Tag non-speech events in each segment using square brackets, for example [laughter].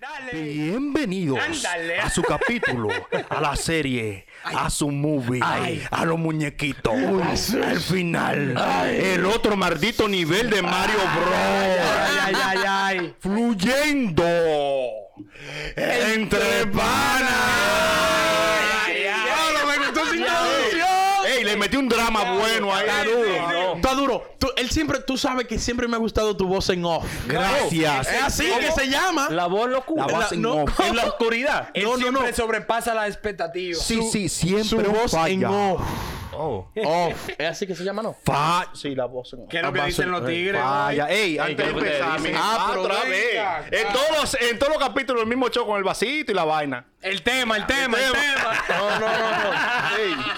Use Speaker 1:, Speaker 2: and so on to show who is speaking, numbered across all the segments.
Speaker 1: Dale.
Speaker 2: Bienvenidos
Speaker 1: Ándale.
Speaker 2: a su capítulo, a la serie, a su movie, a los muñequitos, al final, el otro maldito nivel de Mario Bros.
Speaker 1: Ay, ay, ay.
Speaker 2: Fluyendo entre panas.
Speaker 1: Ay, ay, ay.
Speaker 2: Ah, no, me gustó sin traducción. Ey, le metí un drama bueno ahí.
Speaker 1: Está duro.
Speaker 3: Está duro. Tú, él siempre, tú sabes que siempre me ha gustado tu voz en off.
Speaker 2: Gracias.
Speaker 3: Es así que se llama.
Speaker 4: La voz locura.
Speaker 2: La voz en
Speaker 3: no,
Speaker 2: off.
Speaker 3: [laughs] en la oscuridad.
Speaker 1: Él
Speaker 3: no, no, no.
Speaker 1: siempre sobrepasa las expectativas.
Speaker 2: Sí, sí,
Speaker 3: Su
Speaker 2: siempre
Speaker 3: voz en
Speaker 2: falla.
Speaker 3: off.
Speaker 2: Oh.
Speaker 3: Off. Es así que se llama, ¿no?
Speaker 2: Fa-
Speaker 3: Sí, la voz en off.
Speaker 1: ¿Qué es lo que
Speaker 3: Ah,
Speaker 1: dicen los
Speaker 3: eh,
Speaker 1: tigres?
Speaker 2: Vaya, ey, antes de
Speaker 4: ¿qué te
Speaker 2: empezar,
Speaker 4: dicen?
Speaker 2: mi- ah, otra vez.
Speaker 1: venga,
Speaker 2: En todos, los, en todos los capítulos el mismo show con el vasito y la vaina.
Speaker 1: El tema, el tema, el tema.
Speaker 3: No, no, no. no.
Speaker 2: Ey,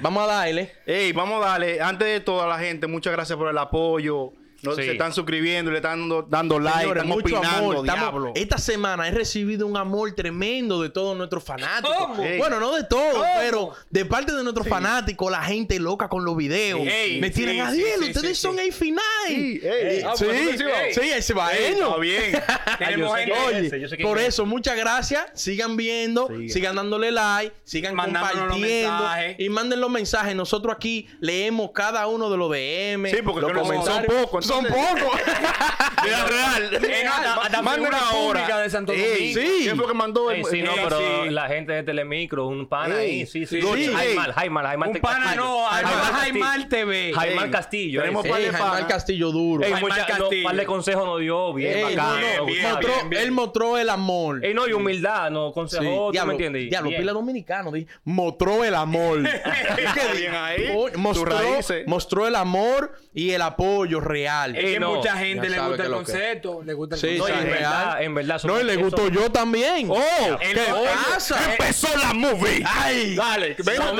Speaker 3: Vamos a darle.
Speaker 2: ey, vamos a darle. Antes de toda la gente, muchas gracias por el apoyo. No,
Speaker 4: Sí.
Speaker 2: Se están suscribiendo, le están dando, dando like,
Speaker 3: Señores,
Speaker 2: están
Speaker 3: mucho
Speaker 2: opinando,
Speaker 3: amor. Estamos-
Speaker 2: diablo.
Speaker 3: esta semana he recibido un amor tremendo de todos nuestros fanáticos.
Speaker 1: ¿Cómo?
Speaker 2: Ey.
Speaker 3: Bueno, no de todos, pero de parte de nuestros fanáticos, la gente loca con los videos.
Speaker 1: Ey,
Speaker 3: Me tienen
Speaker 1: sí,
Speaker 3: a
Speaker 1: sí, sí, sí,
Speaker 3: ustedes son
Speaker 1: sí.
Speaker 3: a final. Eh,
Speaker 2: Sí, ey.
Speaker 3: Sí,
Speaker 1: Ah,
Speaker 3: sí,
Speaker 1: bueno, sí, ey.
Speaker 3: ese va
Speaker 2: Ey, está bien.
Speaker 1: [laughs] Tenemos
Speaker 4: Ay,
Speaker 1: gente-
Speaker 4: yo sé que-
Speaker 3: Oye,
Speaker 4: ese, yo sé quién
Speaker 3: por
Speaker 4: es.
Speaker 3: eso, muchas gracias. Sigan viendo, sigan dándole like, sigan
Speaker 1: Mandándonos los
Speaker 3: compartiendo
Speaker 1: mensajes.
Speaker 3: y manden los mensajes. Nosotros aquí leemos cada uno de los DM.
Speaker 2: Sí, porque
Speaker 3: los
Speaker 2: son- son
Speaker 3: comentarios.
Speaker 2: pocos, entonces- [laughs]
Speaker 3: Son pocos.
Speaker 2: Vida
Speaker 1: Eh, no, hasta- hasta
Speaker 2: real. Manden
Speaker 1: figura pública
Speaker 2: ahora.
Speaker 1: de Santo
Speaker 2: Ey,
Speaker 1: Domingo.
Speaker 2: sí. ¿Qué fue que mandó?
Speaker 4: Ey,
Speaker 2: el-
Speaker 4: sí, no,
Speaker 2: el-
Speaker 4: pero
Speaker 1: sí.
Speaker 4: la gente de Telemicro, un pana
Speaker 2: Pues, Ey,
Speaker 4: ahí, sí, sí.
Speaker 2: sí,
Speaker 4: sí.
Speaker 2: sí.
Speaker 4: Jaimal, Jaimal, Jaimal.
Speaker 1: Un
Speaker 4: te-
Speaker 1: pana no,
Speaker 4: Jaimal
Speaker 1: además
Speaker 4: Castillo.
Speaker 1: Jaimar TV.
Speaker 4: Jaimal
Speaker 2: Ey,
Speaker 4: Castillo.
Speaker 2: tenemos
Speaker 4: ese.
Speaker 2: par
Speaker 3: Ey,
Speaker 2: de
Speaker 3: Jaime
Speaker 2: pana.
Speaker 3: Castillo duro.
Speaker 4: Ey,
Speaker 1: Jaimal
Speaker 4: mucha- no,
Speaker 1: Castillo.
Speaker 4: par de consejos nos dio bien,
Speaker 3: Ey,
Speaker 4: bacano.
Speaker 3: no, no,
Speaker 4: me
Speaker 1: bien,
Speaker 4: gustaba.
Speaker 3: mostró-
Speaker 1: bien, bien.
Speaker 3: Él mostró el amor.
Speaker 4: Ey, no, y humildad, no, consejos,
Speaker 3: Sí.
Speaker 4: ¿tú me
Speaker 3: Diablo,
Speaker 4: entiendes?
Speaker 3: diablo,
Speaker 4: Bien.
Speaker 3: pila dominicano. di, Mostró el
Speaker 4: [laughs]
Speaker 3: amor.
Speaker 2: Está bien ahí.
Speaker 3: Oh,
Speaker 2: Tus
Speaker 3: mostró,
Speaker 2: raíces.
Speaker 3: mostró el amor y el apoyo real.
Speaker 4: Ey,
Speaker 1: Que
Speaker 4: no.
Speaker 1: mucha gente
Speaker 3: Ya
Speaker 1: le
Speaker 3: sabe
Speaker 1: gusta
Speaker 3: que
Speaker 1: el
Speaker 3: lo que-
Speaker 1: concepto. Le gusta el
Speaker 3: Sí,
Speaker 4: No, y
Speaker 1: concepto.
Speaker 4: en
Speaker 3: sí.
Speaker 4: verdad, en verdad.
Speaker 3: no, y
Speaker 4: somos-
Speaker 3: le gustó
Speaker 4: eso-
Speaker 3: yo también.
Speaker 2: ¡Oh!
Speaker 4: El
Speaker 3: ¿Qué
Speaker 4: hoyo.
Speaker 3: pasa?
Speaker 2: ¡Empezó la movie!
Speaker 3: ¡Ay!
Speaker 4: Dale, no,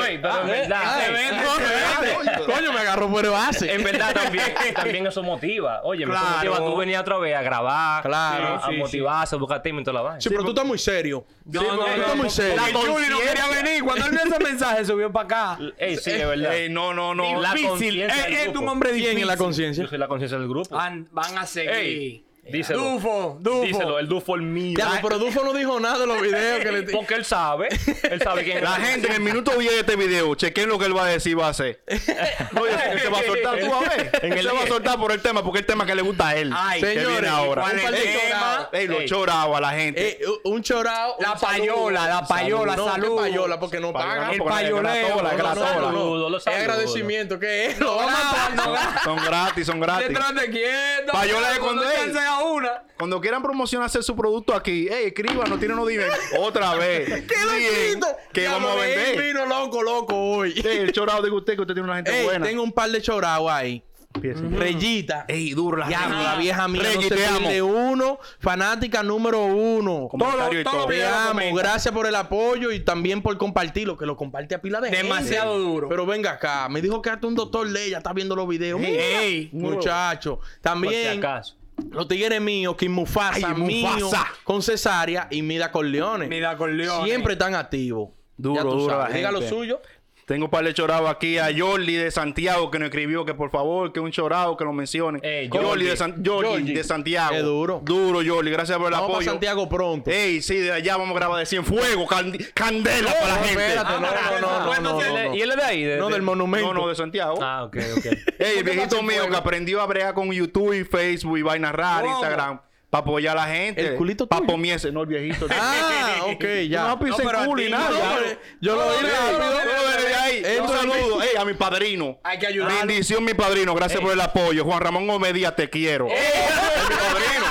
Speaker 4: ey, pero en verdad.
Speaker 3: Ay,
Speaker 4: ey,
Speaker 1: vende,
Speaker 3: no,
Speaker 1: se
Speaker 3: me
Speaker 2: vende.
Speaker 3: vende. Coño, me agarró por el base.
Speaker 4: En verdad también, también eso motiva. Oye,
Speaker 2: Claro.
Speaker 4: eso motiva tú venía otra vez a grabar,
Speaker 3: Claro.
Speaker 4: a, a
Speaker 3: Sí, sí,
Speaker 4: motivarse, a buscar tema y toda la vaina.
Speaker 3: Sí, pero tú estás muy serio.
Speaker 1: No,
Speaker 3: Sí,
Speaker 1: no,
Speaker 3: porque tú
Speaker 1: no,
Speaker 3: estás muy
Speaker 1: porque
Speaker 3: serio.
Speaker 1: La Chuli no quería venir. Cuando él vio ese mensaje, subió para acá.
Speaker 4: Ey, sí, de verdad.
Speaker 2: Ey, no, no, no.
Speaker 4: La
Speaker 1: Difícil.
Speaker 4: conciencia
Speaker 1: Es
Speaker 4: del
Speaker 1: es
Speaker 4: grupo.
Speaker 1: un
Speaker 3: [laughs]
Speaker 1: hombre
Speaker 3: Bien en
Speaker 1: difícil.
Speaker 3: la conciencia.
Speaker 4: Yo soy la conciencia del grupo.
Speaker 1: Van, van a seguir.
Speaker 4: Ey, díselo.
Speaker 1: Dufo, Dufo.
Speaker 4: Díselo, el Dufo el mío.
Speaker 3: Ya, pero Dufo no dijo nada de los videos que le
Speaker 4: Porque él sabe. Él sabe quién es.
Speaker 2: La gente en el minuto 10 de este video, chequen lo que él va a decir, va a hacer. Oye, él se va a
Speaker 1: [laughs]
Speaker 2: soltar, tú vas a ver.
Speaker 4: En el
Speaker 2: Él se va a
Speaker 4: 10.
Speaker 2: soltar por el tema, porque el tema que le gusta a él.
Speaker 1: Ay,
Speaker 2: que
Speaker 3: señores,
Speaker 2: viene
Speaker 3: ¿y
Speaker 2: ahora.
Speaker 3: cuál es el
Speaker 2: Ey,
Speaker 3: tema?
Speaker 2: Ey, lo
Speaker 4: Ey.
Speaker 2: chorao a la gente.
Speaker 3: Eh, un chorao.
Speaker 1: La
Speaker 3: un saludo.
Speaker 1: payola, la payola,
Speaker 3: No, ¿qué
Speaker 1: saludo. [laughs]
Speaker 3: payola, porque no
Speaker 2: Payola,
Speaker 3: pagan.
Speaker 2: no,
Speaker 1: el
Speaker 2: porque la
Speaker 1: payoleo,
Speaker 2: gratola,
Speaker 1: no,
Speaker 3: No, no,
Speaker 2: gratola.
Speaker 3: no,
Speaker 4: Saludo, lo
Speaker 3: Es
Speaker 4: saludo.
Speaker 3: agradecimiento, ¿qué es? Lo
Speaker 1: No,
Speaker 3: van a
Speaker 1: nada,
Speaker 3: matar.
Speaker 1: no, nada.
Speaker 2: Son gratis, son gratis.
Speaker 1: Detrás de quieto.
Speaker 2: Payola de
Speaker 1: cuando
Speaker 2: condón.
Speaker 1: alcancen a una.
Speaker 2: Cuando quieran promocionar hacer su producto aquí, ey, escriban, no tienen no dime. Otra vez.
Speaker 3: [laughs] ¡Qué
Speaker 2: Bien,
Speaker 3: loquito!
Speaker 2: Que
Speaker 3: Diablo,
Speaker 2: vamos a
Speaker 3: leí
Speaker 2: vender.
Speaker 3: vino loco, loco hoy.
Speaker 2: Ey, el chorao de usted, que usted tiene una gente
Speaker 3: Ey,
Speaker 2: buena.
Speaker 3: tengo un par de choraos ahí.
Speaker 2: Empieza.
Speaker 3: Reyita.
Speaker 2: Ey, duro la
Speaker 3: Diablo,
Speaker 2: gente.
Speaker 3: la vieja mía
Speaker 2: Reggie,
Speaker 3: no
Speaker 2: te
Speaker 3: se
Speaker 2: amo.
Speaker 3: pierde uno. Fanática número uno.
Speaker 2: Comentario y
Speaker 1: Todo- todo
Speaker 2: todo.
Speaker 3: Te
Speaker 1: Lo
Speaker 3: amo.
Speaker 1: comenta.
Speaker 3: Gracias por el apoyo y también por compartirlo, que lo comparte a pila de gente.
Speaker 1: Demasiado duro.
Speaker 3: Pero venga acá, me dijo que hasta un doctor ley ya está viendo los videos.
Speaker 2: Ey,
Speaker 3: Mira,
Speaker 2: ey.
Speaker 3: muchacho.
Speaker 4: Por si
Speaker 3: También
Speaker 4: acaso.
Speaker 3: los tigres míos, Kim Mufasa,
Speaker 2: Ay,
Speaker 3: mío,
Speaker 2: Mufasa.
Speaker 3: con cesárea y Mida Corleone.
Speaker 1: Mida Corleone.
Speaker 3: Siempre están activos.
Speaker 2: Duro,
Speaker 3: Ya tú
Speaker 2: duro
Speaker 3: sabes.
Speaker 2: la
Speaker 3: Diga lo
Speaker 2: gente.
Speaker 3: suyo.
Speaker 2: Tengo un par de chorados aquí a Jordi de Santiago que nos escribió que por favor, que un chorado que lo mencione.
Speaker 4: Ey,
Speaker 2: Eh, Jordi,
Speaker 4: Jordi.
Speaker 2: de, San- Jordi
Speaker 3: Jordi.
Speaker 2: de Santiago.
Speaker 3: Qué duro.
Speaker 2: Duro, Jordi. Gracias por el
Speaker 3: Vamos para
Speaker 2: apoyo.
Speaker 3: Santiago pronto.
Speaker 2: Ey, sí, de allá vamos a grabar de Cienfuegos. Candi- candela para la gente.
Speaker 3: espérate, no,
Speaker 1: Ah,
Speaker 3: no, no, no, no,
Speaker 1: entonces
Speaker 3: no,
Speaker 1: le-
Speaker 3: no.
Speaker 4: ¿Y él es de ahí? De,
Speaker 3: No,
Speaker 4: de-
Speaker 3: del monumento.
Speaker 2: no, no, de Santiago.
Speaker 4: Ah, ok, ok.
Speaker 2: Ey, el viejito mío que aprendió a bregar con YouTube y Facebook y vaina rara,
Speaker 1: ¿Cómo?
Speaker 2: Instagram. Para apoyar a la gente.
Speaker 3: ¿El culito
Speaker 2: Para
Speaker 3: tuyo?
Speaker 2: pomiese, no el viejito.
Speaker 3: [laughs] Ah, ok, ya.
Speaker 2: No, pise
Speaker 1: No, pero
Speaker 2: el
Speaker 1: a
Speaker 2: culo
Speaker 1: ti
Speaker 2: y
Speaker 1: no,
Speaker 2: nada.
Speaker 1: hombre.
Speaker 3: Yo lo
Speaker 2: No,
Speaker 3: oí
Speaker 2: no,
Speaker 3: rápido.
Speaker 2: no, no, no, de ahí. Un
Speaker 3: Entonces-
Speaker 2: saludo ey, a mi padrino.
Speaker 1: Hay que ayudarlo.
Speaker 2: Bendición, mi padrino. Gracias por el apoyo. Juan Ramón Omedía, te quiero.
Speaker 1: Eh.
Speaker 3: [laughs]
Speaker 2: Es mi padrino.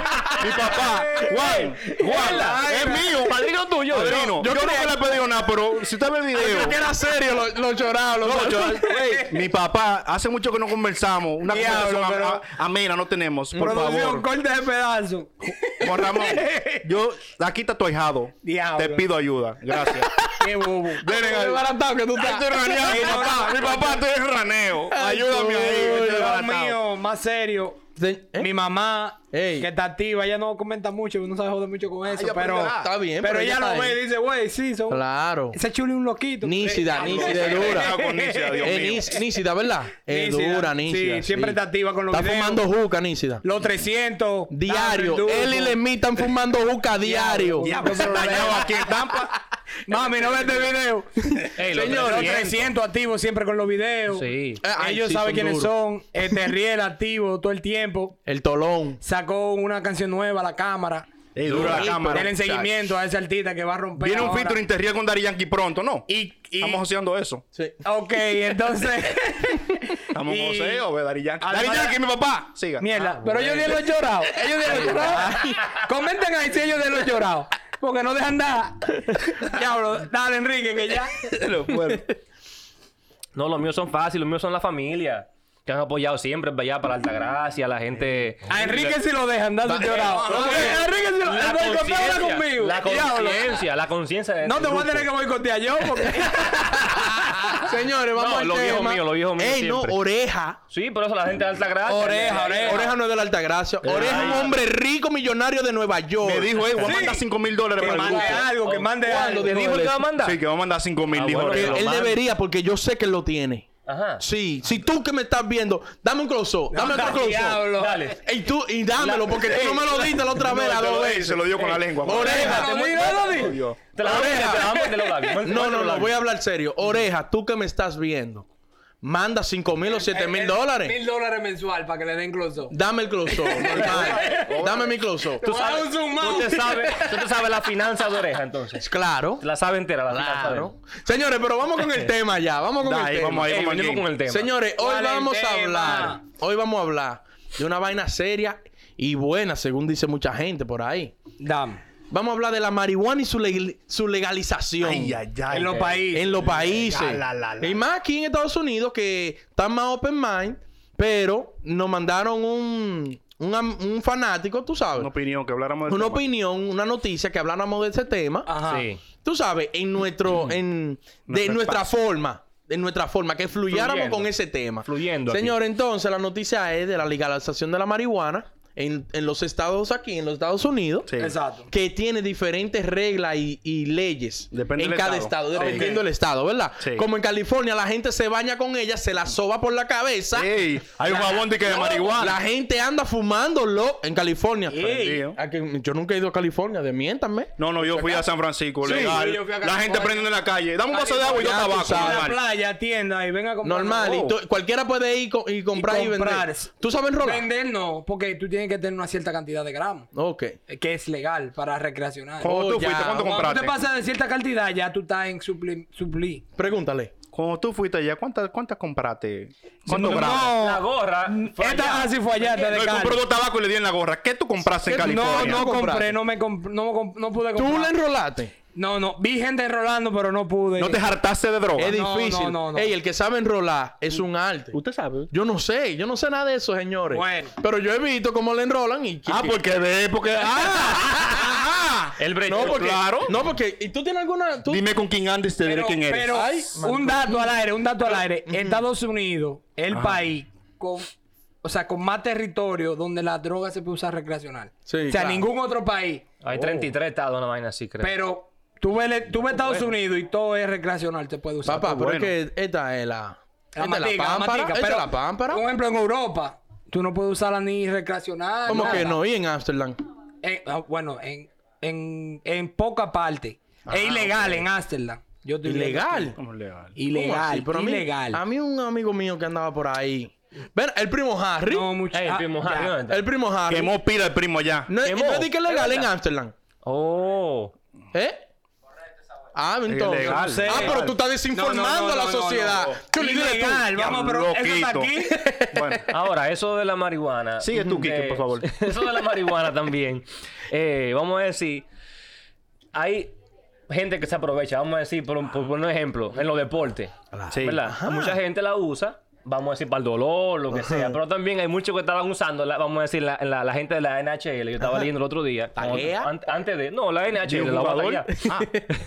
Speaker 2: Mi papá. Juan. Juan.
Speaker 4: Ay,
Speaker 2: Es mío.
Speaker 4: Padrino tuyo.
Speaker 2: Padrino. Yo, nunca le he pedido nada, pero si usted ve el video.
Speaker 3: Creo que era serio lo, lo lloraba, lo-
Speaker 2: No, yo- ey, mi papá, hace mucho que no conversamos. Una
Speaker 1: Diablo,
Speaker 2: conversación
Speaker 1: pero-
Speaker 2: am- a- amena no tenemos, por
Speaker 1: Producción,
Speaker 2: favor.
Speaker 1: corte de
Speaker 3: [laughs]
Speaker 1: pedazo.
Speaker 2: Juan Ramón, yo aquí está atojado.
Speaker 1: Diablo.
Speaker 2: Te pido ayuda. Gracias.
Speaker 1: Qué bobo.
Speaker 2: Denle
Speaker 3: Qué
Speaker 2: ahí.
Speaker 3: baratado que tú
Speaker 2: Ay,
Speaker 3: estás.
Speaker 2: estoy raneado, mi
Speaker 1: Ay, no,
Speaker 2: papá. Mi papá, estoy raneo.
Speaker 3: Ay,
Speaker 2: Ayúdame ahí.
Speaker 1: Ay,
Speaker 2: estoy
Speaker 1: Dios
Speaker 2: desbaratado.
Speaker 1: mío, más serio.
Speaker 3: Se- ¿eh?
Speaker 1: Mi mamá,
Speaker 3: Ey. Ah, pues,
Speaker 1: que está activa, ella no comenta mucho, uno sabe joder mucho con eso,
Speaker 5: ella
Speaker 1: pero,
Speaker 5: aprenderá.
Speaker 3: Está bien,
Speaker 1: Ah, pero, ella lo
Speaker 3: está
Speaker 1: ve
Speaker 3: ahí.
Speaker 1: y dice, güey, sí, son...
Speaker 3: Claro.
Speaker 1: Ese chuli es un loquito.
Speaker 3: Nícida,
Speaker 1: Eh,
Speaker 3: nícida,
Speaker 1: cabrón.
Speaker 3: dura.
Speaker 2: Con nícida, Dios
Speaker 3: Eh,
Speaker 2: mío.
Speaker 3: nícida, nícida, ¿verdad? Eh,
Speaker 1: Nícida.
Speaker 3: dura,
Speaker 1: Sí,
Speaker 3: nícida.
Speaker 1: siempre está activa con los
Speaker 3: Está
Speaker 1: videos.
Speaker 3: fumando juca, nícida.
Speaker 1: Los 300.
Speaker 3: Diario.
Speaker 1: Dame el
Speaker 3: Él y
Speaker 1: duro.
Speaker 3: Lemmy están fumando juca diario.
Speaker 2: Diablo, se dañaba aquí en Tampa.
Speaker 1: Mami, no ve
Speaker 3: [laughs]
Speaker 1: este video.
Speaker 4: Ey, los
Speaker 1: Señor, los
Speaker 4: 300.
Speaker 1: 300 activos siempre con los videos.
Speaker 4: Sí.
Speaker 1: Eh,
Speaker 3: Ey,
Speaker 1: Ellos
Speaker 3: Ah, sí,
Speaker 1: saben
Speaker 3: son
Speaker 1: quiénes
Speaker 3: duros.
Speaker 1: son.
Speaker 3: [laughs]
Speaker 1: Este Riel activo todo el tiempo.
Speaker 3: El tolón.
Speaker 1: Sacó una canción nueva, La Cámara.
Speaker 2: Ey, dura la cámara.
Speaker 1: Denle seguimiento a ese artista que va a romper.
Speaker 2: Viene un
Speaker 1: ahora.
Speaker 2: filtro interior con Dari Yankee pronto, ¿no?
Speaker 1: Y, y-
Speaker 2: Estamos joseando eso.
Speaker 3: Sí.
Speaker 1: ok, entonces.
Speaker 3: [laughs]
Speaker 2: Estamos
Speaker 1: Y-
Speaker 2: en joseo, ve Dari Yankee.
Speaker 1: Además-
Speaker 2: Dari Yankee, mi papá. Siga.
Speaker 3: [laughs]
Speaker 1: Mierda.
Speaker 4: Ah,
Speaker 1: pero ellos de los llorados. Ellos de los llorados. Comenten ahí si ellos de los llorados. Porque no dejan
Speaker 4: [laughs]
Speaker 1: nada. Diablo, dale, Enrique, que ya.
Speaker 2: Lo puedo.
Speaker 4: No, los míos son fáciles, los míos son la familia. Que han apoyado siempre para allá, para Altagracia, la gente.
Speaker 1: A Enrique sí lo dejan, dando llorado.
Speaker 4: no, no,
Speaker 1: a Enrique sí lo
Speaker 4: La
Speaker 1: el boicoteo era conmigo.
Speaker 4: conciencia, la
Speaker 1: Diablo.
Speaker 4: conciencia, la conciencia. de
Speaker 1: No te
Speaker 4: este
Speaker 1: voy a
Speaker 4: grupo.
Speaker 1: tener que boicotear yo porque.
Speaker 3: Señores, vamos
Speaker 4: No,
Speaker 3: al
Speaker 4: los viejos
Speaker 3: tema.
Speaker 4: míos, los viejos míos
Speaker 3: Ey, no,
Speaker 4: siempre.
Speaker 3: oreja.
Speaker 4: Sí, por eso la gente de Altagracia.
Speaker 1: Oreja,
Speaker 4: Ahí, ahí,
Speaker 1: oreja.
Speaker 3: Oreja no es de la Altagracia. Oreja es un hombre rico millonario de Nueva York.
Speaker 2: Me dijo, ey, voy a
Speaker 1: Sí.
Speaker 2: mandar 5 mil dólares
Speaker 1: Que
Speaker 2: para el
Speaker 1: mande
Speaker 2: grupo.
Speaker 1: algo,
Speaker 4: Oh,
Speaker 1: que mande
Speaker 3: ¿Cuándo
Speaker 1: algo.
Speaker 4: ¿Te dijo el que va a mandar?
Speaker 2: Sí, que vamos a mandar 5 mil,
Speaker 4: Ah,
Speaker 2: dijo
Speaker 4: bueno,
Speaker 2: Oreo.
Speaker 4: pero-
Speaker 3: Él
Speaker 4: Román.
Speaker 3: debería, porque yo sé que lo tiene.
Speaker 4: Ajá.
Speaker 3: Sí, si tú que me estás viendo, dame un close-up, dame otro close-up.
Speaker 1: Diablo.
Speaker 4: Dale.
Speaker 3: Y tú, y dámelo, porque tú no me lo diste la
Speaker 2: [laughs]
Speaker 3: otra
Speaker 2: No,
Speaker 3: vez,
Speaker 2: él
Speaker 3: la
Speaker 2: te lo
Speaker 3: dos
Speaker 2: di,
Speaker 3: veces.
Speaker 2: Se lo dio con la lengua.
Speaker 3: Oreja,
Speaker 1: Lo
Speaker 3: te
Speaker 1: di,
Speaker 3: voy-
Speaker 1: no lo di.
Speaker 2: Dios.
Speaker 4: Te la vamos a te la vamos a meter los labios.
Speaker 3: No, no, no, voy a hablar serio. Oreja, tú que me estás viendo, manda 5 mil o 7 mil dólares.
Speaker 1: Mil dólares mensual para que le den close
Speaker 3: Dame el close-up, normal. Dame mi close-up.
Speaker 4: Tú sabes,
Speaker 1: Vamos a un
Speaker 4: tú
Speaker 1: mouse.
Speaker 4: te sabes, tú te sabes la finanza de oreja, entonces.
Speaker 3: Claro,
Speaker 4: Te la sabe entera, la finanza de
Speaker 3: claro.
Speaker 4: oreja.
Speaker 3: Señores, pero vamos con el tema ya, vamos con
Speaker 2: Da,
Speaker 3: el
Speaker 2: ahí,
Speaker 3: tema.
Speaker 2: vamos ahí,
Speaker 4: Ey,
Speaker 2: vamos
Speaker 4: venimos
Speaker 2: aquí.
Speaker 4: con el tema.
Speaker 3: Señores, hoy
Speaker 1: ¿Cuál es el
Speaker 3: vamos a
Speaker 1: tema?
Speaker 3: hablar. Hoy vamos a hablar de una vaina seria y buena, según dice mucha gente por ahí.
Speaker 1: [laughs] Dame.
Speaker 3: Vamos a hablar de la marihuana y su, legal- su legalización
Speaker 2: Ay, ay, ay.
Speaker 1: En los países.
Speaker 3: en los países.
Speaker 2: Ah, La, la, la.
Speaker 3: Y más aquí en Estados Unidos que están más open mind, pero nos mandaron un, un, am- un fanático, tú sabes.
Speaker 2: Una opinión, que habláramos del
Speaker 3: Una
Speaker 2: tema.
Speaker 3: opinión, una noticia que habláramos de ese tema.
Speaker 1: Ajá.
Speaker 4: Sí.
Speaker 3: Tú sabes, en nuestro, en,
Speaker 2: Mm.
Speaker 3: de
Speaker 2: Nuestro
Speaker 3: nuestra
Speaker 2: espacio.
Speaker 3: forma, de nuestra forma, que fluyáramos
Speaker 4: Fluyendo.
Speaker 3: con ese tema.
Speaker 4: Fluyendo aquí.
Speaker 3: Señor, entonces la noticia es de la legalización de la marihuana en, en los estados aquí, en los Estados Unidos,
Speaker 2: Sí.
Speaker 1: Exacto.
Speaker 3: que tiene diferentes reglas y, y leyes
Speaker 2: Depende
Speaker 3: en
Speaker 2: del
Speaker 3: cada
Speaker 2: estado.
Speaker 3: estado,
Speaker 2: Sí.
Speaker 3: dependiendo del estado, ¿verdad?
Speaker 2: Sí.
Speaker 3: Como en California, la gente se baña con ella, se la soba por la cabeza.
Speaker 2: Ey, hay un jabón de que de
Speaker 3: La
Speaker 2: marihuana.
Speaker 3: gente anda fumándolo en California.
Speaker 2: Prendido.
Speaker 3: Ah, que Yo nunca he ido a California, demiéntame.
Speaker 2: No, no, yo fui a San Francisco,
Speaker 1: Sí,
Speaker 2: legal.
Speaker 1: yo fui a
Speaker 2: La gente
Speaker 1: California.
Speaker 2: prende en la calle. Dame un vaso de agua y yo
Speaker 3: Ya tú
Speaker 2: tabaco.
Speaker 3: sabes.
Speaker 1: En la
Speaker 2: normal.
Speaker 1: playa, tienda y venga a comprar.
Speaker 3: Normal,
Speaker 1: Oh.
Speaker 3: y tú- cualquiera puede ir co- y comprar y,
Speaker 1: Y comprar.
Speaker 3: vender. ¿Tú sabes rolar?
Speaker 1: Vender no, porque tú tienes que tener una cierta cantidad de gramos.
Speaker 3: Ok.
Speaker 1: eh, Que es legal para recreacional.
Speaker 2: Cuando
Speaker 3: Oh,
Speaker 2: tú
Speaker 3: ya.
Speaker 2: fuiste, ¿cuánto
Speaker 1: Cuando tú te
Speaker 2: compraste?
Speaker 1: pasas de cierta cantidad, ya tú estás en supli. supli.
Speaker 3: Pregúntale.
Speaker 2: Cuando tú fuiste allá, ¿cuántas cuántas compraste?
Speaker 1: No,
Speaker 2: ¿Cuántos gramos?
Speaker 4: La gorra. fue
Speaker 1: Esta
Speaker 4: allá.
Speaker 1: así fue allá, te
Speaker 2: No,
Speaker 1: de
Speaker 2: él
Speaker 1: Cali.
Speaker 2: compró dos tabacos y le di en la gorra. ¿Qué tú compraste en
Speaker 3: ¿Qué tú-
Speaker 1: No,
Speaker 2: California?
Speaker 1: no
Speaker 3: compraste?
Speaker 1: compré, no me comp- no, me comp- no pude
Speaker 3: ¿Tú
Speaker 1: comprar.
Speaker 3: la enrolaste?
Speaker 1: No, no, vi gente enrolando, pero no pude.
Speaker 2: ¿No te hartaste de droga?
Speaker 3: Es
Speaker 1: Ah, no,
Speaker 3: difícil.
Speaker 1: no, no.
Speaker 3: Ey, el que sabe enrolar es un arte.
Speaker 4: Usted sabe.
Speaker 3: Yo no sé, yo no sé nada de eso, señores.
Speaker 1: Bueno.
Speaker 3: Pero yo he visto cómo le enrolan y...
Speaker 2: Ah, porque de... Porque...
Speaker 1: [laughs]
Speaker 2: ¡Ah!
Speaker 4: El brecho.
Speaker 3: No, porque...
Speaker 2: Claro.
Speaker 3: No, porque... ¿Y tú tienes alguna...? tú-
Speaker 2: Dime con quién andas y te diré
Speaker 1: Pero,
Speaker 2: quién eres.
Speaker 1: pero
Speaker 3: Ay,
Speaker 1: un dato al aire, un dato al aire. Estados Unidos, el país con, o sea, con más territorio donde la droga se puede usar recreacional.
Speaker 3: Sí,
Speaker 1: o sea,
Speaker 3: claro.
Speaker 1: ningún otro país.
Speaker 4: Hay
Speaker 2: Oh.
Speaker 4: 33 estados, una vaina así, creo.
Speaker 1: Pero tú ves, tú ves Estados Unidos y todo es recreacional, te puede usar.
Speaker 3: Papá,
Speaker 2: tú,
Speaker 3: pero
Speaker 2: bueno.
Speaker 3: es que esta es la...
Speaker 1: La
Speaker 3: esta es
Speaker 1: matica, la
Speaker 3: la pámpara.
Speaker 1: matica,
Speaker 3: esta
Speaker 1: pero,
Speaker 3: es la pámpara.
Speaker 1: Por ejemplo, en Europa, tú no puedes usarla ni recreacional.
Speaker 3: ¿Cómo que
Speaker 1: nada.
Speaker 3: no? ¿Y en Ámsterdam?
Speaker 1: En- ah, bueno, en, en, en poca parte.
Speaker 3: Ah,
Speaker 1: es ilegal en Ámsterdam. Yo estoy viendo
Speaker 3: ¿Ilegal?
Speaker 1: aquí.
Speaker 2: Como legal.
Speaker 1: Ilegal,
Speaker 3: ¿Cómo así? Pero a mí-
Speaker 1: ilegal.
Speaker 3: A mí un amigo mío que andaba por ahí... Ven, el primo Harry.
Speaker 1: No, mucho-
Speaker 4: Ey,
Speaker 1: ah,
Speaker 4: primo,
Speaker 1: ya.
Speaker 4: Harry, ¿dónde está?
Speaker 3: El primo Harry.
Speaker 2: Quemó pila el primo allá.
Speaker 3: No,
Speaker 4: Quemó.
Speaker 3: no es de que es legal en Ámsterdam.
Speaker 4: Oh.
Speaker 3: ¿Eh? Ah, entonces.
Speaker 2: legal.
Speaker 1: No sé.
Speaker 3: Ah, pero tú estás desinformando
Speaker 1: No, no, no,
Speaker 3: a la
Speaker 1: no, no,
Speaker 3: sociedad.
Speaker 1: no.
Speaker 3: Chuli, dile tú.
Speaker 1: Ilegal, vamos, pero eso está
Speaker 2: Loquito.
Speaker 1: aquí.
Speaker 2: Bueno,
Speaker 4: Ahora, eso de la marihuana. Eh,
Speaker 2: Sigue tú, Quique, por favor.
Speaker 4: [laughs] Eso de la marihuana también. Eh, vamos a decir, hay gente que se aprovecha, vamos a decir, por un, por un ejemplo, en los deportes.
Speaker 2: Sí.
Speaker 4: ¿Verdad? Mucha gente la usa, vamos a decir, para el dolor, lo que sea. Pero también hay muchos que estaban usando, la- vamos a decir, la, la- la gente de la NHL. Yo estaba leyendo el otro día.
Speaker 3: ¿Taguea?
Speaker 4: Ant- antes de... No, la NHL, la
Speaker 2: jugador?
Speaker 4: batalla.
Speaker 3: Ah.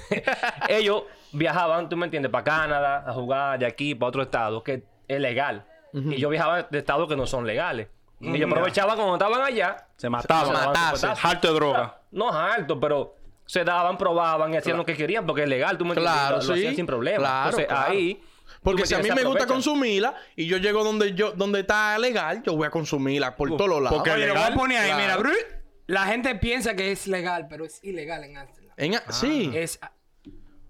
Speaker 4: [laughs] Ellos viajaban, tú me entiendes, para Canadá, a jugar de aquí, para otro estado, que es legal. Y yo viajaba de estados que no son legales.
Speaker 3: Mm,
Speaker 4: Ellos aprovechaban cuando estaban allá.
Speaker 2: Se
Speaker 3: "Ah,
Speaker 2: mataban.
Speaker 4: daban
Speaker 3: mataban.
Speaker 4: su potazo.
Speaker 2: Harto de droga.
Speaker 4: No alto, pero se daban, probaban y hacían lo que querían porque es legal. Tú me entiendes,
Speaker 3: Claro,
Speaker 4: lo, lo
Speaker 3: sí.
Speaker 4: hacían sin problema.
Speaker 3: Claro,
Speaker 4: Entonces
Speaker 3: claro.
Speaker 4: ahí.
Speaker 3: Porque si a mí me gusta
Speaker 4: consumir
Speaker 3: consumirla y yo llego donde yo donde está legal, yo voy a consumirla por todos los lados.
Speaker 2: porque-
Speaker 1: Oye, lo voy a
Speaker 2: legal?
Speaker 1: poner ahí,
Speaker 3: Claro.
Speaker 1: mira. bru- La gente piensa que es legal, pero es ilegal en Ámsterdam.
Speaker 3: En- sí.
Speaker 1: Ah, Es...